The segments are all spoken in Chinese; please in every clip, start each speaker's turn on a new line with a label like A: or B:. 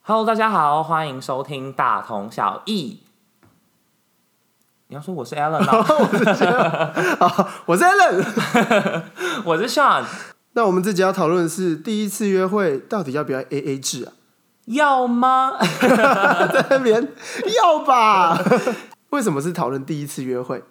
A: Hello，大家好，欢迎收听大同小异。你要说我是 Alan 吗？
B: 哦我是 Allen。
A: 我是 Sean，
B: 那我们这集要讨论的是第一次约会到底要不要 A A 制啊？
A: 要吗？
B: 在那边要吧？为什么是讨论第一次约会？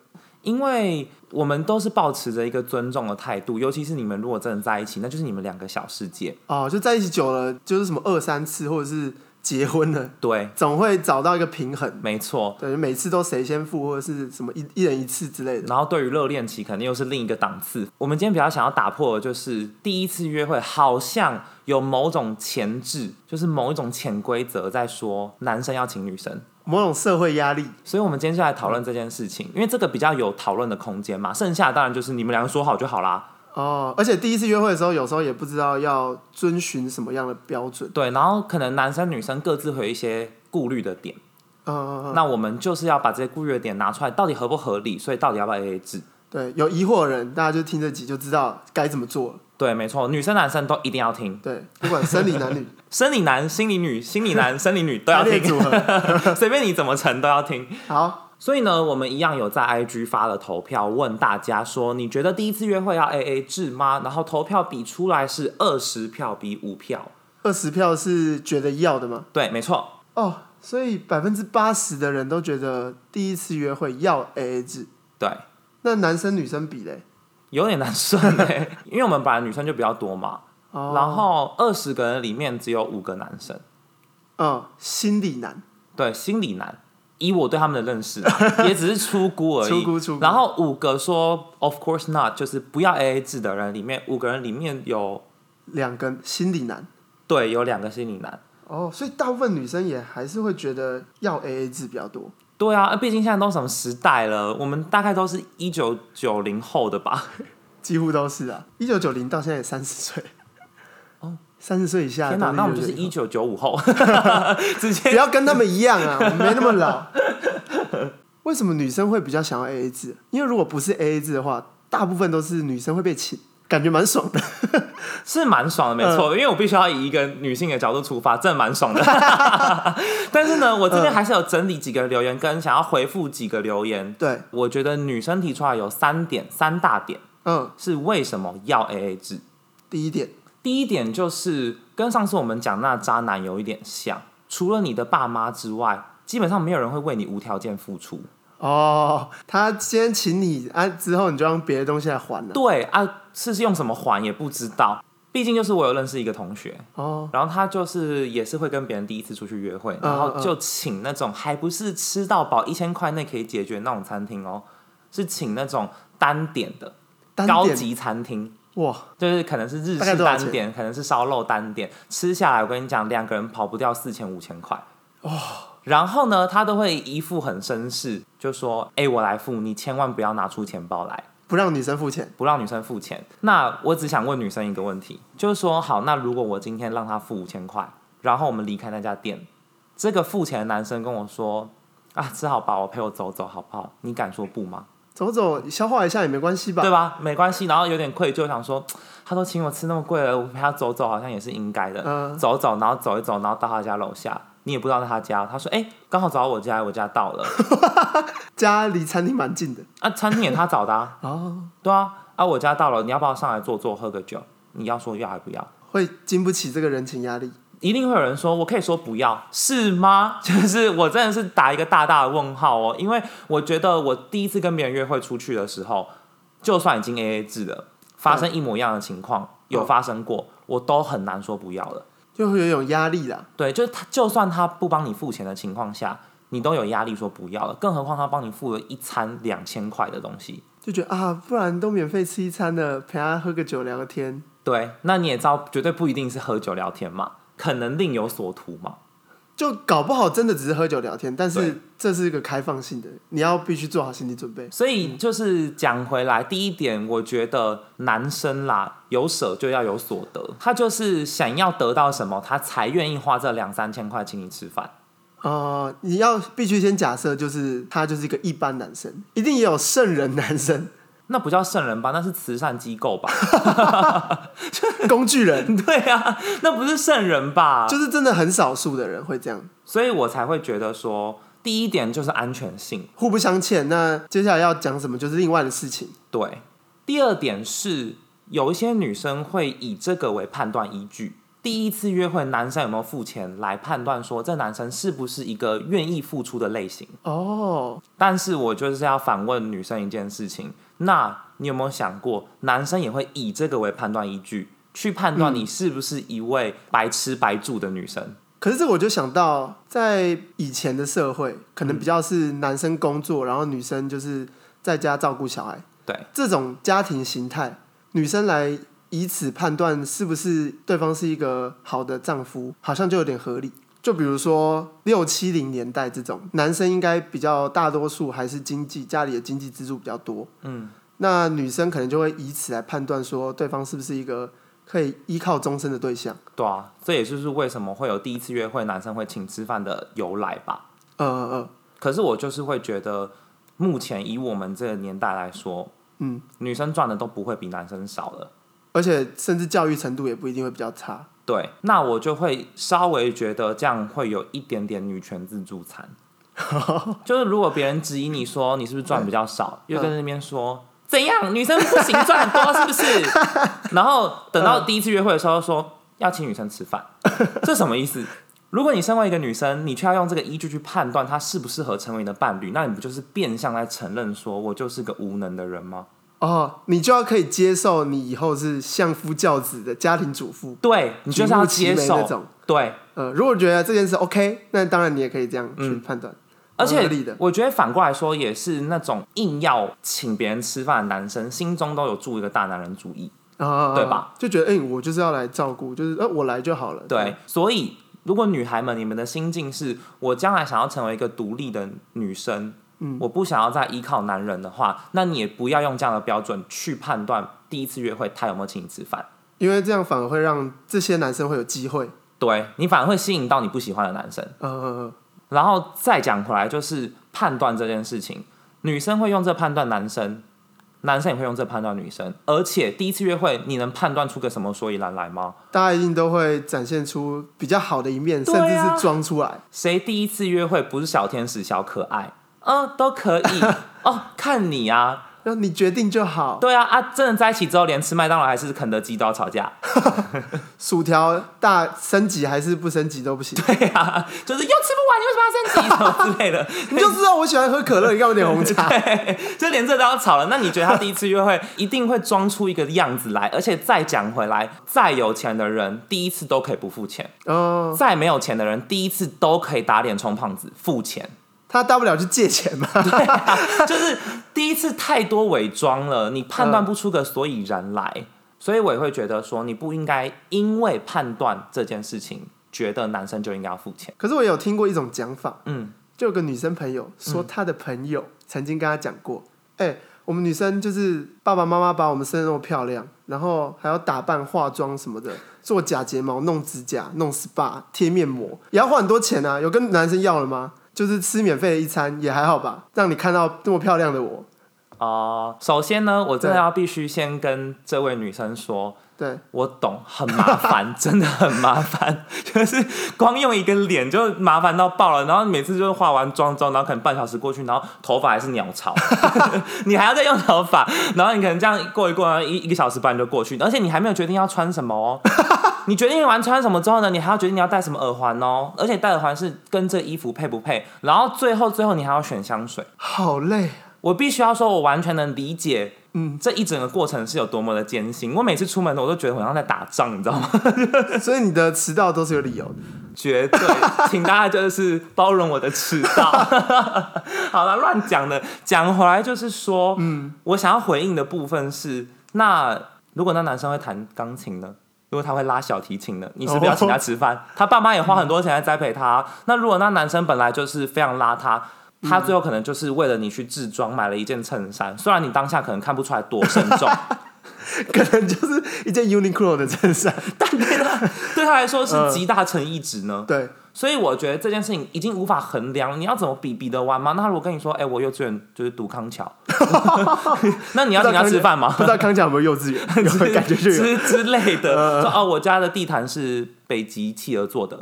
A: 因为我们都是保持着一个尊重的态度，尤其是你们如果真的在一起，那就是你们两个小世界。
B: 哦，就在一起久了，就是什么二三次，或者是结婚了，
A: 对，
B: 总会找到一个平衡。
A: 没错。
B: 对，每次都谁先付，或者是什么一一人一次之类的。
A: 然后对于热恋期，肯定又是另一个档次。我们今天比较想要打破的就是第一次约会，好像有某种前置，就是某一种潜规则在说男生要请女生。
B: 某种社会压力，
A: 所以，我们今天就来讨论这件事情，因为这个比较有讨论的空间嘛。剩下的当然就是你们两个说好就好啦。
B: 哦，而且第一次约会的时候，有时候也不知道要遵循什么样的标准。
A: 对，然后可能男生女生各自会有一些顾虑的点，
B: 嗯、嗯嗯
A: 那我们就是要把这些顾虑的点拿出来，到底合不合理，所以到底要不要 AA 制？
B: 对，有疑惑的人，大家就听这集就知道该怎么做了。
A: 对，没错，女生男生都一定要听，
B: 对，不管生理男女，
A: 生理男、心理女、心理男、生理女都要
B: 排列
A: 听，
B: 组合。
A: 随便你怎么成都要听。
B: 好，
A: 所以呢，我们一样有在 IG 发了投票，问大家说，你觉得第一次约会要 AA 制吗？然后投票比出来是二十票比五票，
B: 二十票是觉得要的吗？
A: 对，没错。
B: 哦，所以百分之八十的人都觉得第一次约会要 AA 制。
A: 对，
B: 那男生女生比嘞？
A: 有点难算哎、 因为我们本来女生就比较多嘛，
B: 哦，
A: 然后二十个人里面只有五个男生，
B: 嗯，心理男，
A: 对，心理男，以我对他们的认识啊、 也只是出估而已，
B: 出估出估
A: 然后五个说 “of course not”，就是不要 AA 制的人里面，五个人里面有
B: 两个心理男。
A: 对有两个心理男，
B: 哦，所以大部分女生也还是会觉得要 AA 制比较多。
A: 对啊，毕竟现在都什么时代了，我们大概都是一九九零后的吧，
B: 几乎都是啊，一九九零到现在三十岁，哦，三十岁以下，
A: 天哪，那我们就是一，九九五后， 直
B: 不
A: 接
B: 要跟他们一样啊，我们没那么老。为什么女生会比较想要 AA 制？因为如果不是 AA 制的话，大部分都是女生会被请，感觉蛮爽的。
A: 是蛮爽的，没错，因为我必须要以一个女性的角度出发，真的蛮爽的。但是呢，我这边还是有整理几个留言，跟想要回复几个留言。
B: 对，
A: 我觉得女生提出来有三点，三大点
B: 嗯，
A: 是为什么要 AA 制。
B: 第一点，
A: 第一点就是跟上次我们讲那渣男有一点像，除了你的爸妈之外，基本上没有人会为你无条件付出。
B: 哦，他先请你啊，之后你就用别的东西来还了、
A: 对啊，是用什么还也不知道。毕竟就是我有认识一个同学，
B: 哦，
A: 然后他就是也是会跟别人第一次出去约会，
B: 嗯
A: 然后就请那种还不是吃到饱一千块内可以解决那种餐厅哦，是请那种单点的
B: 单
A: 高
B: 点
A: 级餐厅，
B: 哇，
A: 就是可能是日
B: 大概
A: 式
B: 多少
A: 单点，可能是烧肉单点，吃下来我跟你讲，两个人跑不掉四千五千块哦。然后呢，他都会一副很绅士，就说：“哎、我来付，你千万不要拿出钱包来。”
B: 不让女生付钱，
A: 不让女生付钱。那我只想问女生一个问题，就是说，好，那如果我今天让他付五千块，然后我们离开那家店，这个付钱的男生跟我说啊，只好把我陪我走走好不好？你敢说不吗？
B: 走走消化一下也没关系吧
A: 对？吧？没关系，然后有点愧疚，想说他都请我吃那么贵了，我陪他走走好像也是应该的。
B: 嗯
A: 走走，然后走一走，然后到他家楼下，你也不知道在他家，他说哎，刚好走到我家，我家到了
B: 家离餐厅蛮近的
A: 啊，餐厅也他找的、啊，
B: 哦，
A: 对啊，啊我家到了，你要不要上来坐坐喝个酒？你要说要还不要？
B: 会经不起这个人情压力。
A: 一定会有人说，我可以说不要，是吗？ 就是我真的是打一个大大的问号哦，因为我觉得我第一次跟别人约会出去的时候，就算已经 A A 制了，发生一模一样的情况、有发生过，我都很难说不要了。
B: 就会有一种压力啦，
A: 对，就是他，就算他不帮你付钱的情况下，你都有压力说不要了，更何况他帮你付了一餐两千块的东西。
B: 就觉得啊，不然都免费吃一餐了，陪他喝个酒聊个天，
A: 对，那你也知道，绝对不一定是喝酒聊天嘛，可能另有所图嘛。
B: 就搞不好真的只是喝酒聊天，但
A: 对
B: 是这是一个开放性的，你要必须做好心理准备。
A: 所以就是讲回来，第一点，我觉得男生啦，有舍就要有所得，他就是想要得到什么，他才愿意花这两三千块请你吃饭。
B: 呃，你要必须先假设，就是他就是一个一般男生，一定也有圣人男生，
A: 那不叫圣人吧，那是慈善机构吧？
B: 工具人
A: 对啊，那不是圣人吧？
B: 就是真的很少数的人会这样，
A: 所以我才会觉得说，第一点就是安全性，
B: 互不相欠。那接下来要讲什么，就是另外的事情。
A: 对。第二点是，有一些女生会以这个为判断依据。第一次约会，男生有没有付钱来判断说这男生是不是一个愿意付出的类型？
B: 哦，
A: 但是我就是要反问女生一件事情：那你有没有想过，男生也会以这个为判断依据，去判断你是不是一位白吃白住的女生？
B: 可是这个我就想到，在以前的社会，可能比较是男生工作，然后女生就是在家照顾小孩。
A: 对，
B: 这种家庭形态，女生来以此判断是不是对方是一个好的丈夫，好像就有点合理。就比如说六七零年代这种，男生应该比较大多数还是经济家里的经济支柱比较多，
A: 嗯，
B: 那女生可能就会以此来判断说对方是不是一个可以依靠终身的对象。
A: 对啊，这也就是为什么会有第一次约会男生会请吃饭的由来吧。
B: 呃呃，
A: 可是我就是会觉得，目前以我们这个年代来说，
B: 嗯，
A: 女生赚的都不会比男生少了。
B: 而且甚至教育程度也不一定会比较差。
A: 对，那我就会稍微觉得这样会有一点点女权自助 餐，就是如果别人质疑你说你是不是赚比较少，
B: 嗯
A: 又在那边说怎样女生不行赚很多是不是？ 然后等
B: 嗯
A: 到第一次约会的时候说要请女生吃饭，这什么意思？如果你身为一个女生，你却要用这个依据去判断她适不适合成为你的伴侣，那你不就是变相在承认说我就是个无能的人吗？
B: 哦，你就要可以接受你以后是相夫教子的家庭主妇，
A: 对你就是要接
B: 举目齐眉那
A: 受，
B: 种。
A: 对，
B: 呃，如果觉得这件事 OK，那当然你也可以这样去
A: 嗯
B: 判断。
A: 而
B: 蛮合
A: 且
B: 理的，
A: 我觉得反过来说，也是那种硬要请别人吃饭的男生，心中都有住一个大男人主义。
B: 啊，
A: 对吧？
B: 就觉得，哎、我就是要来照顾，就是呃，我来就好了。
A: 对，所以如果女孩们你们的心境是我将来想要成为一个独立的女生，
B: 嗯
A: 我不想要再依靠男人的话，那你也不要用这样的标准去判断第一次约会他有没有请你吃饭。
B: 因为这样反而会让这些男生会有机会。
A: 对你反而会吸引到你不喜欢的男生。
B: 呃，
A: 然后再讲回来，就是判断这件事情，女生会用这判断男生，男生也会用这判断女生。而且第一次约会，你能判断出个什么所以然来吗？
B: 大家一定都会展现出比较好的一面，
A: 对
B: 甚
A: 啊
B: 至是装出来。
A: 谁第一次约会不是小天使、小可爱？嗯，都可以哦，看你啊，
B: 让你决定就好。
A: 对啊啊，真的在一起之后，连吃麦当劳还是肯德基都要吵架，
B: 薯条大升级还是不升级都不行。
A: 对啊，就是又吃不完，你为什么要生气什么之类的，
B: 你就知道我喜欢喝可乐，你干嘛点红茶？
A: 就连这都要吵了，那你觉得他第一次约会一定会装出一个样子来？而且再讲回来，再有钱的人第一次都可以不付钱，
B: 哦，
A: 再没有钱的人第一次都可以打脸充胖子付钱，
B: 他大不了去借钱嘛。
A: 就是第一次太多伪装了，你判断不出个所以然
B: 嗯
A: 来。所以我也会觉得说，你不应该因为判断这件事情，觉得男生就应该要付钱。
B: 可是我有听过一种讲法，
A: 嗯，
B: 就有个女生朋友说，她的朋友曾经跟她讲过，哎、我们女生就是爸爸妈妈把我们生得那么漂亮，然后还要打扮、化妆什么的，做假睫毛、弄指甲、弄 SPA、贴面膜，也要花很多钱啊。有跟男生要了吗？就是吃免费的一餐也还好吧，让你看到这么漂亮的我。
A: 哦、首先呢，我真的
B: 对
A: 要必须先跟这位女生说，
B: 对，
A: 我懂，很麻 烦，真的很麻烦， 就是光用一个脸就麻烦到爆了。然后每次就是化完妆之后，然后可能半小时过去，然后头发还是鸟巢， 你还要再用头发，然后你可能这样过一过，然后一一个小时半就过去，而且你还没有决定要穿什么 哦。你决定完穿什么之后呢，你还要决定你要戴什么耳环哦，而且戴耳环是跟这衣服配不配，然后最后最后你还要选香水。
B: 好累啊。
A: 我必须要说，我完全能理解，
B: 嗯
A: 嗯，这一整个过程是有多么的艰辛。我每次出门，我都觉得我好像在打仗，你知道吗？
B: 所以你的迟到都是有理由的。
A: 绝对，请大家就是包容我的迟到。好了，乱讲的。讲回来就是说，嗯，我想要回应的部分是，那如果那男生会弹钢琴呢？如果他会拉小提琴呢？你是不是要请他吃饭？他爸妈也花很多钱来栽培他。那如果那男生本来就是非常邋遢。他最后可能就是为了你去制装买了一件衬衫，虽然你当下可能看不出来多慎重，
B: 可能 就是一件 Uniqlo 的衬衫。
A: 但对他对他来说是极大诚意值呢。
B: 对，
A: 所以我觉得这件事情已经无法衡量了，你要怎么比比得完吗？那如果跟你说，哎、我幼稚园就是读康 桥， 那你要请他吃饭吗
B: 不？知道康桥有没有幼稚园， 有感觉就有。嗯
A: 之之类的，说哦，我家的地毯是北极企鹅 做的，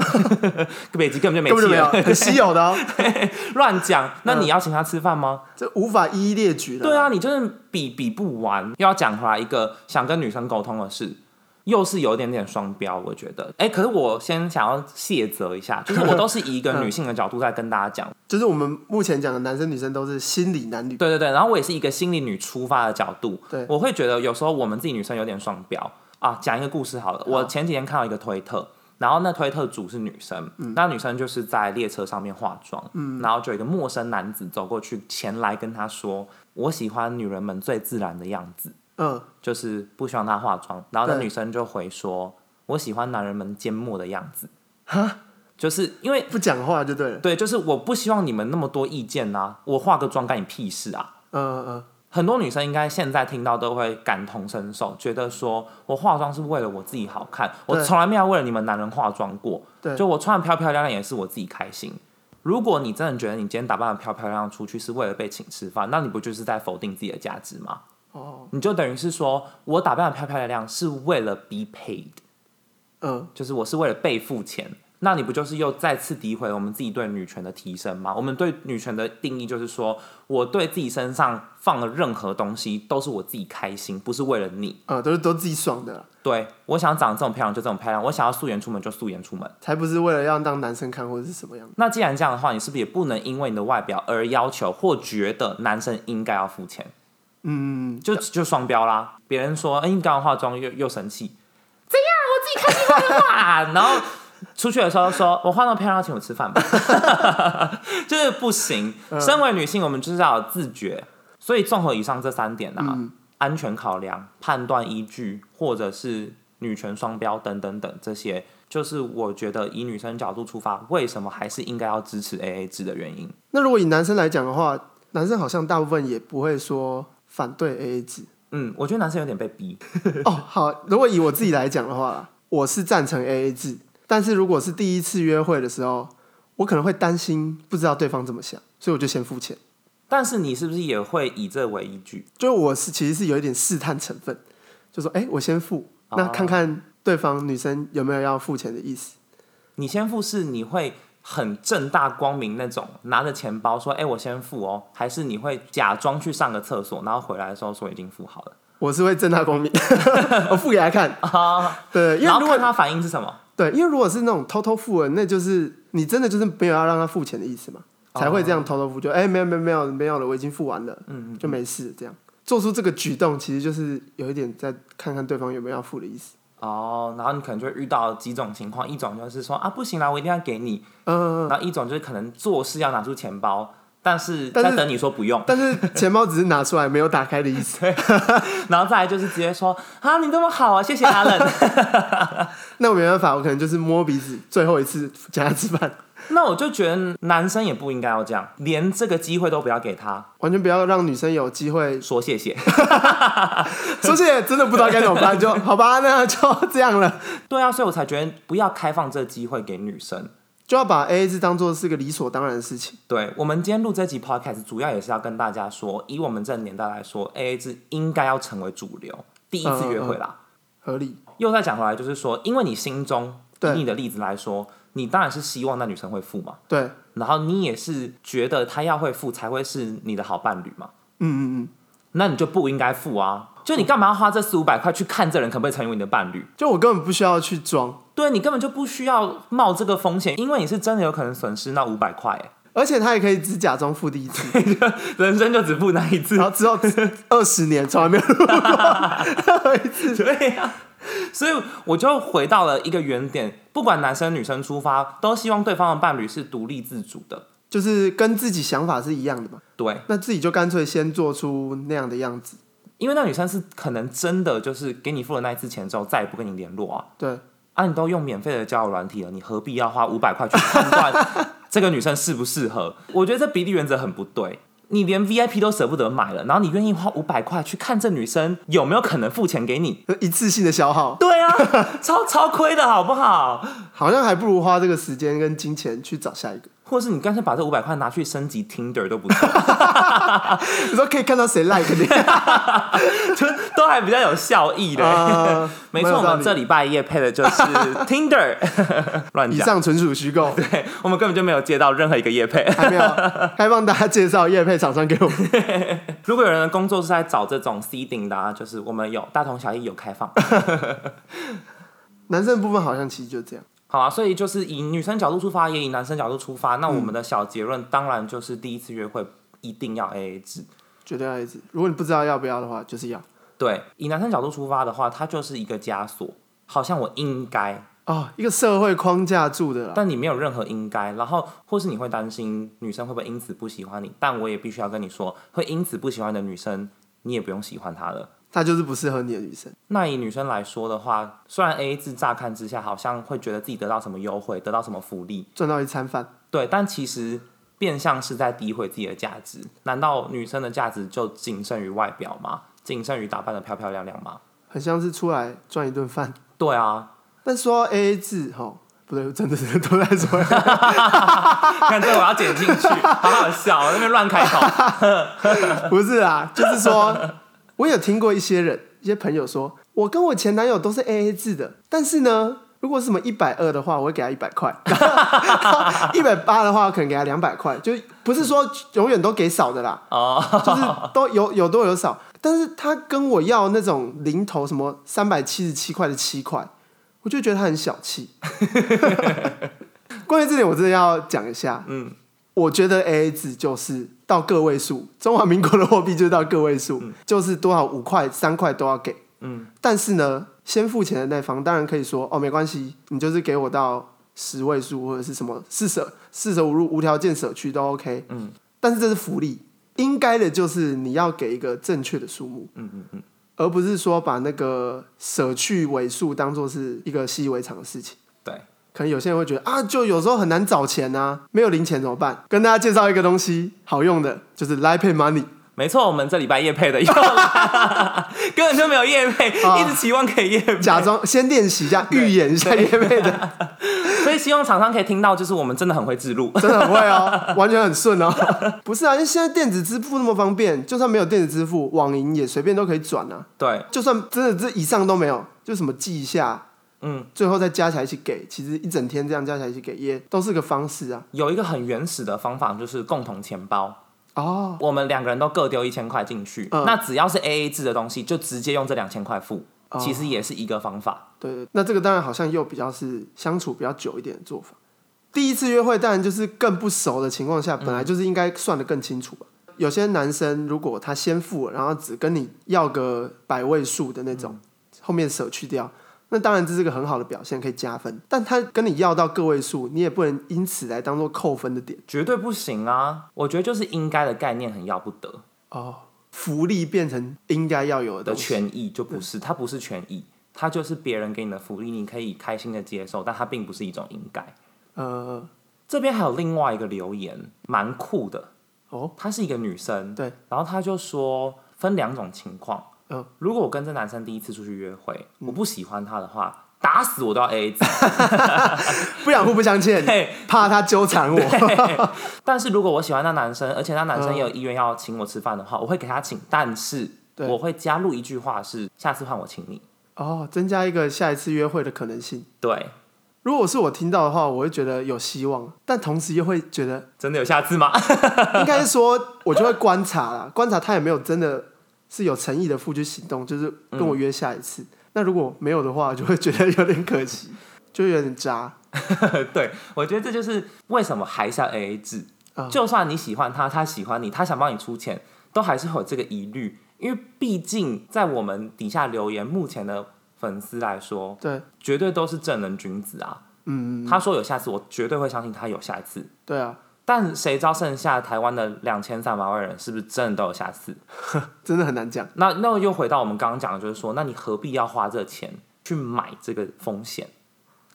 A: 北极根本就没
B: 根本就
A: 企
B: 没有，嗯
A: 鹅，
B: 很稀有的哦，
A: 乱讲。那你要请他吃饭吗？
B: 这无法一一列举的。
A: 对，啊，你就是比比不完。又要讲回来一个想跟女生沟通的事，又是有一点点双标，我觉得。哎、可是我先想要谢责一下，就是我都是以一个女性的角度在跟大家讲，
B: 就是我们目前讲的男生女生都是心理男女，
A: 对对对，然后我也是一个心理女出发的角度，
B: 对
A: 我会觉得有时候我们自己女生有点双标啊。讲一个故事好了，我前几天看到一个推特，然后那推特主是女生，
B: 嗯
A: 那女生就是在列车上面化妆，然后就有一个陌生男子走过去前来跟她说：“我喜欢女人们最自然的样子，
B: 嗯，
A: 就是不希望她化妆。”然后那
B: 对
A: 女生就回说：“我喜欢男人们缄默的样子。”就是因为
B: 不讲话就对了。
A: 对，就是我不希望你们那么多意见呐、我化个妆干你屁事啊！
B: 嗯嗯
A: 很多女生应该现在听到都会感同身受，觉得说我化妆是为了我自己好看，我
B: 对
A: 从来没有为了你们男人化妆过。
B: 对
A: 就我穿的漂漂亮亮也是我自己开心。如果你真的觉得你今天打扮的漂漂亮亮出去是为了被请吃饭，那你不就是在否定自己的价值吗？
B: 哦，
A: 你就等于是说我打扮的漂漂亮亮是为了 be paid，
B: 嗯，
A: 就是我是为了被付钱。那你不就是又再次诋毁我们自己对女权的提升吗？我们对女权的定义就是说，我对自己身上放了任何东西都是我自己开心，不是为了你。
B: 啊，都是都自己爽的啦，
A: 对我想长这种漂亮就这种漂亮，我想要素颜出门就素颜出门。
B: 才不是为了要当男生看或者是什么样的。
A: 那既然这样的话，你是不是也不能因为你的外表而要求或觉得男生应该要付钱？
B: 嗯，
A: 就就双标啦。别人说，哎、你刚刚化妆又又生气，怎样？我自己开 心化就化，然后出去的时候说，我化妆漂亮，请我吃饭吧， 就是不行。身为女性，我们就是要有自觉。所以综合以上这三点啊，安全考量、判断依据，或者是女权双标等等等这些。就是我觉得以女生角度出发，为什么还是应该要支持 AA 制的原因？
B: 那如果以男生来讲的话，男生好像大部分也不会说反对 AA 制。
A: 嗯，我觉得男生有点被逼，
B: 哦，好，如果以我自己来讲的话啦，我是赞成 AA 制，但是如果是第一次约会的时候，我可能会担心不知道对方怎么想，所以我就先付钱。
A: 但是你是不是也会以这为依据？
B: 就我是其实是有一点试探成分，就说哎、诶我先付，
A: 哦
B: 那看看对方女生有没有要付钱的意思。
A: 你先付是你会很正大光明那种拿着钱包说：“哎、我先付哦。”还是你会假装去上个厕所，然后回来的时候说已经付好了？
B: 我是会正大光明，我付给他看。对，因
A: 然
B: 为
A: 后
B: 如果
A: 看他反应是什么？
B: 对，因为如果是那种偷偷付的，那就是你真的就是没有要让他付钱的意思嘛，才会这样偷偷付，就哎、没有没有没有没有了，我已经付完了，嗯，就没事这样。做出这个举动，其实就是有一点在看看对方有没有要付的意思。
A: 哦，然后你可能就会遇到几种情况，一种就是说啊不行啦，我一定要给你；
B: 嗯、
A: 然后一种就是可能做事要拿出钱包，但是
B: 但是
A: 在等你说不用，
B: 但是钱包只是拿出来，没有打开的意思。
A: 然后再来就是直接说啊你这么好啊，谢谢阿冷。
B: 那我没办法，我可能就是摸鼻子，最后一次请他吃饭，
A: 那我就觉得男生也不应该要这样，连这个机会都不要给他
B: 完全不要让女生有机 会
A: 说谢谢。
B: 说谢谢，真的不知道该怎么办，就好吧，那就这样了，
A: 对啊，所以我才觉得不要开放这个机会给女生。
B: 就要把 A A 制当做是个理所当然的事情。
A: 对我们今天录这集 podcast，主要也是要跟大家说，以我们这个年代来说，AA 制应该要成为主流。第一次约会啦，
B: 合理，
A: 又再讲回来，就是说，因为你心中以
B: 对
A: 你的例子来说，你当然是希望那女生会付嘛，
B: 对，嗯
A: 然后你也是觉得她要会付才会是你的好伴侣嘛，
B: 嗯嗯嗯，
A: 那你就不应该付啊！就你干嘛要花这四五百块去看这人可不可以成为你的伴侣？
B: 就我根本不需要去装，
A: 对你根本就不需要冒这个风险，因为你是真的有可能损失那五百块、欸，
B: 而且他也可以只假装付第一 次，
A: 人生就只付那一次
B: 然。后之后二十年从来没有录过一次。
A: 对呀、所以我就回到了一个原点，不管男生女生出发，都希望对方的伴侣是独立自主的。
B: 就是跟自己想法是一样的嘛，
A: 对，
B: 那自己就干脆先做出那样的样子。
A: 因为那女生是可能真的就是给你付了那一次钱之后，再也不跟你联络啊
B: 对，
A: 啊！你都用免费的交友软体了，你何 必要花五百块去判断这个女生适不适合？我觉得这比例原则很不对。你连 VIP 都舍不得买了，然后你愿意花五百块去看这女生有没有可能付钱给你？
B: 一次性的消耗，
A: 对 啊，超超亏的好不好？
B: 好像还不如花这个时间跟金钱去找下一个。
A: 或者是你干脆把这五百块拿去升级 Tinder 都不错，
B: 你说可以看到谁 like 你
A: 就都还比较有效益的。
B: 啊？
A: 没错，我们这
B: 里
A: 礼拜夜配的就是 Tinder，乱
B: 以
A: 讲，
B: 上纯属虚构，
A: 对我们根本就没有接到任何一个夜配。
B: 还没 有还帮大家介绍业配厂商给我们。
A: 如果有人的工作是在找这种 C 顶的、啊，就是我们有大同小异，有开放。
B: 男生的部分好像其实就这样，
A: 好啊，所以就是以女生角度出发，也以男生角度出发。那我们的小结论当然就是第一次约会一定要 AA 制。
B: 绝对要一直。如果你不知道要不要的话，就是要
A: 对，以男生角度出发的话，它就是一个枷锁，好像我应该，
B: 哦，一个社会框架住的啦。
A: 但你没有任何应该，然后或是你会担心女生会不会因此不喜欢你，但我也必须要跟你说，会因此不喜欢的女生，你也不用喜欢她了。
B: 她就是不适合你的女生。
A: 那以女生来说的话，虽然 A A 制乍看之下好像会觉得自己得到什么优惠，得到什么福利，
B: 赚到一餐饭，
A: 对，但其实变相是在诋毁自己的价值。难道女生的价值就仅剩于外表吗？仅剩于打扮的漂漂亮亮吗？
B: 很像是出来赚一顿饭。
A: 对啊，
B: 但说到 AA 制，哈，不对，真的是都在说
A: 看这个我要剪进去，好好笑，啊那边乱开口。
B: 不是啦，就是说，我有听过一些人，一些朋友说，我跟我前男友都是 AA 制的，但是呢，如果是什么一百二的话，我会给他一百块； 一百八的话，我可能给他两百块，就不是说永远都给少的啦，
A: 哦，
B: 就是都有有多有少。但是他跟我要那种零头什么三百七十七块的七块，我就觉得他很小气。 关于这点，我真的要讲一下。
A: 嗯，
B: 我觉得 AA 制就是到个位数，中华民国的货币就是到个位数，就是多少五块、三块都要给。
A: 嗯，
B: 但是呢，先付钱的那方当然可以说哦，没关系，你就是给我到十位数或者是什么四舍四舍五入无条件舍去都 OK。
A: 嗯，
B: 但是这是福利，应该的就是你要给一个正确的数目。
A: 嗯嗯嗯，
B: 而不是说把那个舍去尾数当做是一个习以为常的事情。
A: 对，
B: 可能有些人会觉得啊，就有时候很难找钱啊，没有零钱怎么办？跟大家介绍一个东西，好用的，就是 Line Pay Money。
A: 没错，我们这礼拜夜配的又来 根本就没有夜配，一直期望可以夜配，
B: 假装 先练习一下，预演一下叶配的，
A: 所以希望厂商可以听到，就是我们真的很会自录。
B: 真的很会 哦，完全很顺哦。不是啊，因为现在电子支付那么方便，就算没有电子支付，网银也随便都可以转啊。
A: 对，
B: 就算真的这以上都没有，就什么记一下，
A: 嗯，
B: 最后再加起来一起给，其实一整天这样加起来一起给，也都是个方式啊。
A: 有一个很原始的方法就是共同钱包。
B: 哦，
A: 我们两个人都各丢一千块进去，
B: 嗯
A: 那只要是 A A 制的东西，就直接用这两千块付，
B: 哦
A: 其实也是一个方法。
B: 对对，那这个当然好像又比较是相处比较久一点的做法。第一次约会当然就是更不熟的情况下，本来就是应该算得更清楚吧。有些男生如果他先付了，然后只跟你要个百位数的那种，后面舍去掉，那当然这是个很好的表现，可以加分。但他跟你要到个位数，你也不能因此来当做扣分的点
A: 绝对不行啊！我觉得就是应该的概念很要不得
B: 哦。福利变成应该要有的
A: 的
B: 东西，
A: 权益就不是，
B: 嗯
A: 它不是权益，它就是别人给你的福利，你可以开心的接受，但它并不是一种应该。
B: 呃，
A: 这边还有另外一个留言，蛮酷的
B: 哦，
A: 她是一个女生，
B: 对，
A: 然后她就说分两种情况，
B: 嗯
A: 如果我跟这男生第一次出去约会，我不喜欢他的话，打死我都要 A A 制，
B: 不想互不相欠，
A: 嘿
B: 怕他纠缠我。
A: 但是如果我喜欢那男生，而且那男
B: 嗯
A: 生也有意愿要请我吃饭的话，我会给他请，但是
B: 对
A: 我会加入一句话是：下次换我请你。
B: 哦，增加一个下一次约会的可能性。
A: 对，
B: 如果是我听到的话，我会觉得有希望，但同时又会觉得，
A: 真的有下次吗？
B: 应该是说，我就会观察啦，观察他有没有真的是有诚意的付诸行动，就是跟我约下一次。那如果没有的话，就会觉得有点可惜，就有点渣。
A: 对，我觉得这就是为什么还是要 A A 制。
B: 嗯
A: 就算你喜欢他，他喜欢你，他想帮你出钱，都还是会有这个疑虑，因为毕竟在我们底下留言目前的粉丝来说，
B: 对，
A: 绝对都是正人君子啊。
B: 嗯，
A: 他说有下次，我绝对会相信他有下一次。
B: 对啊，
A: 但谁知道剩下台湾的两千三百万人是不是真的都有瑕疵？
B: 真的很难讲。
A: 那那又回到我们刚刚讲的，就是说，那你何必要花这钱去买这个风险？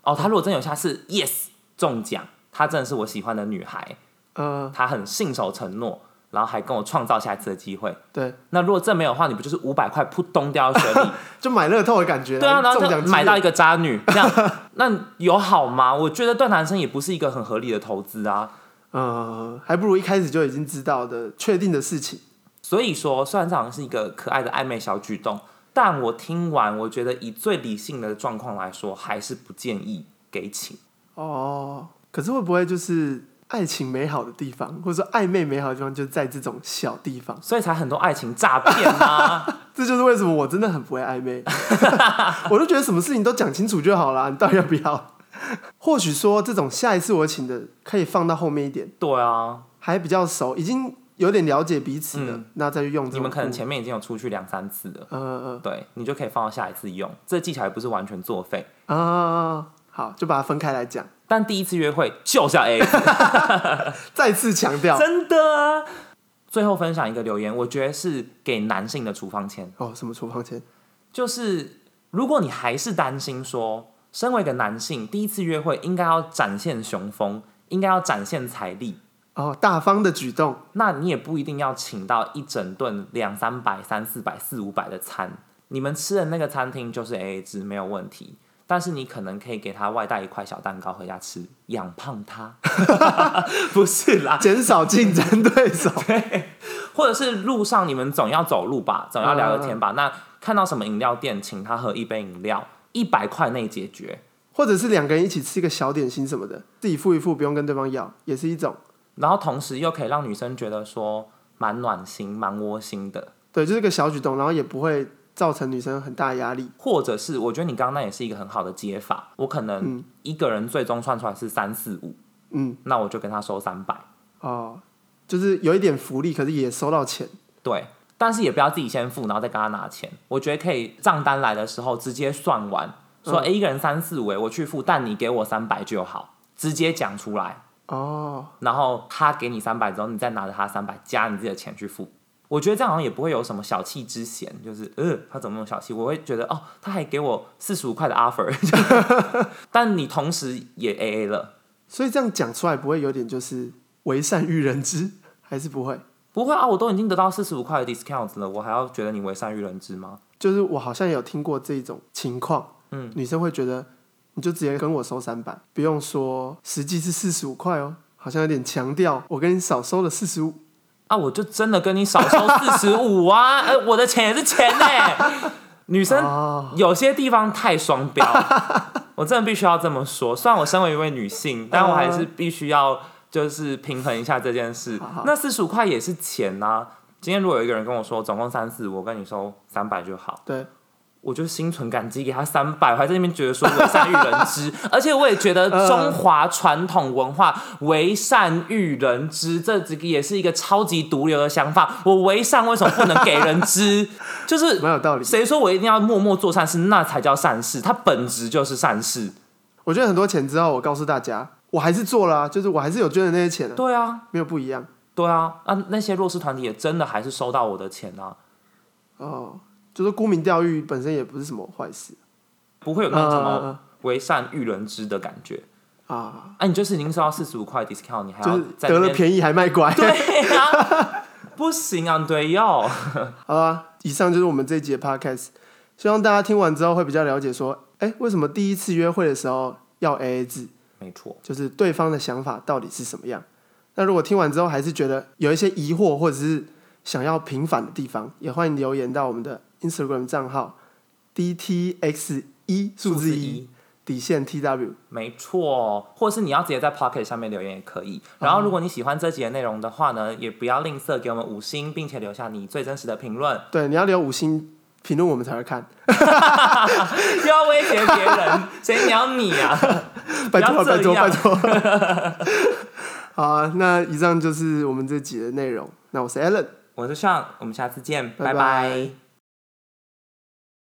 A: 哦，他如果真有瑕疵，yes 中奖，她真的是我喜欢的女孩，
B: 呃，
A: 她很信守承诺，然后还跟我创造下一次的机会。
B: 对，
A: 那如果这没有的话，你不就是五百块扑咚掉到水 里？
B: 就买乐透的感觉，
A: 对啊，然后
B: 中
A: 就
B: 奖几率
A: 买到一个渣女，这样那有好吗？我觉得对男生也不是一个很合理的投资啊。
B: 呃，还不如一开始就已经知道的确定的事情。
A: 所以说，虽然这好像是一个可爱的暧昧小举动，但我听完，我觉得以最理性的状况来说，还是不建议给请。
B: 哦，可是会不会就是爱情美好的地方，或者说暧昧美好的地方，就在这种小地方？
A: 所以才很多爱情诈骗 啊！
B: 这就是为什么我真的很不会 暧昧，我就觉得什么事情都讲清楚就好啦，你到底要不要？ 或许说这种下一次我请的可以放到后面一点，
A: 对啊，
B: 还比较熟，已经有点了解彼此了，
A: 嗯
B: 那再去用这种
A: 你们可能
B: 互
A: 前面已经有出去两三次了，
B: 呃呃
A: 对你就可以放到下一次用。这技巧也不是完全作废，
B: 啊、好，就把它分开来讲。
A: 但第一次约会就是要 A
B: 再次强调
A: 真的啊！最后分享一个留言，我觉得是给男性的处方签，
B: 哦，什么厨房间？
A: 就是如果你还是担心说，身为一个男性，第一次约会应该要展现雄风，应该要展现财力，
B: 哦，大方的举动，
A: 那你也不一定要请到一整顿两三百、三四百、四五百的餐，你们吃的那个餐厅就是 A A 制没有问题，但是你可能可以给他外带一块小蛋糕回家吃，养胖他， 不是啦，
B: 减少竞争对手。
A: 或者是路上你们总要走路吧，总要聊个天吧。那看到什么饮料店，请他喝一杯饮料，一百块内解决。
B: 或者是两个人一起吃一个小点心什么的，自己付一付，不用跟对方要，也是一种。
A: 然后同时又可以让女生觉得说蛮暖心、蛮窝心的。
B: 对，就是一个小举动，然后也不会造成女生很大的压力。
A: 或者是我觉得你刚刚那也是一个很好的解法，我可能一个人最终算出来是三四五，
B: 嗯，
A: 那我就跟他收三百，
B: 哦，就是有一点福利，可是也收到钱。
A: 对。但是也不要自己先付，然后再跟他拿钱。我觉得可以账单来的时候直接算完，说诶一个人三四五，诶我去付，但你给我三百就好，直接讲出来。
B: 哦，
A: 然后他给你三百之后，你再拿着他三百加你自己的钱去付。我觉得这样好像也不会有什么小气之嫌，就是呃，他怎么那么小气？我会觉得哦，他还给我四十五块的 offer，但 你同时也 AA 了，
B: 所以这样讲出来不会有点就是为善欲人知，还是不会？
A: 不会啊，我都已经得到四十五块的 discount 了，我还要觉得你为善于人知吗？
B: 就是我好像有听过这种情况，
A: 嗯，
B: 女生会觉得你就直接跟我收三百，不用说实际是四十五块哦，好像有点强调我跟你少收了四十五。
A: 啊，我就真的跟你少收四十五 啊，呃，我的钱也是钱呢、女生
B: 哦，
A: 有些地方太双 标，我真的必须要这么说。虽然我身为一位女
B: 嗯
A: 性，但我还是必须要就是平衡一下这件事
B: 好好。
A: 那四十五块也是钱呐、今天如果有一个人跟我说总共三四，我跟你收三百就好，
B: 对，
A: 我就心存感激，给他三百，我还在那边觉得说为善育人 知，而且我也觉得中华传统文化为善育人知，这这个也是一个超级毒瘤的想法。我为善为什么不能给人 知？就是
B: 蛮有道理。
A: 谁说我一定要默默做善事？那才叫善事，它本质就是善事。
B: 我觉得很多钱之后，我告诉大家，我还是做了、啊，就是我还是有捐的那些钱啊，
A: 对啊，
B: 没有不一样
A: 对啊，那、那些弱势团体也真的还是收到我的钱啊，
B: 哦。就是沽名钓誉本身也不是什么坏事
A: 不会有那种什么
B: 嗯
A: 为善育人知的感觉。
B: 啊，
A: 啊，你就是已经收到四十五块 discount，你还
B: 就
A: 要
B: 是
A: 在
B: 得
A: 那
B: 了
A: 边
B: 便宜还卖 乖。
A: 对啊， 不行啊，对哟，
B: 好啊，以上就是我们这一集的 podcast，希望大家听完之后会比较了解说，哎，为什么第一次约会的时候要 AA 制？
A: 没错，
B: 就是对方的想法到底是什么样。那如果听完之后还是觉得有一些疑惑或者是想要平反的地方，也欢迎留言到我们的 Instagram 账号 DTX 一 E 数字一，底线 TW。
A: 没错，或是你要直接在 Pocket 上面留言也可以。然后，如果你喜欢这集的内容的话呢，也不要吝啬给我们五星，并且留下你最真实的评论，
B: 对，你要留五星评论我们才 会看，
A: 又要威胁别 人，谁鸟你啊？
B: 拜托了
A: 不要
B: 拜
A: 这
B: 托
A: 样
B: 拜托。 好啊、那以上就是我们这集的内容。那我是 Alan。
A: 我是尚，我们下次见，拜
B: 拜拜
A: 拜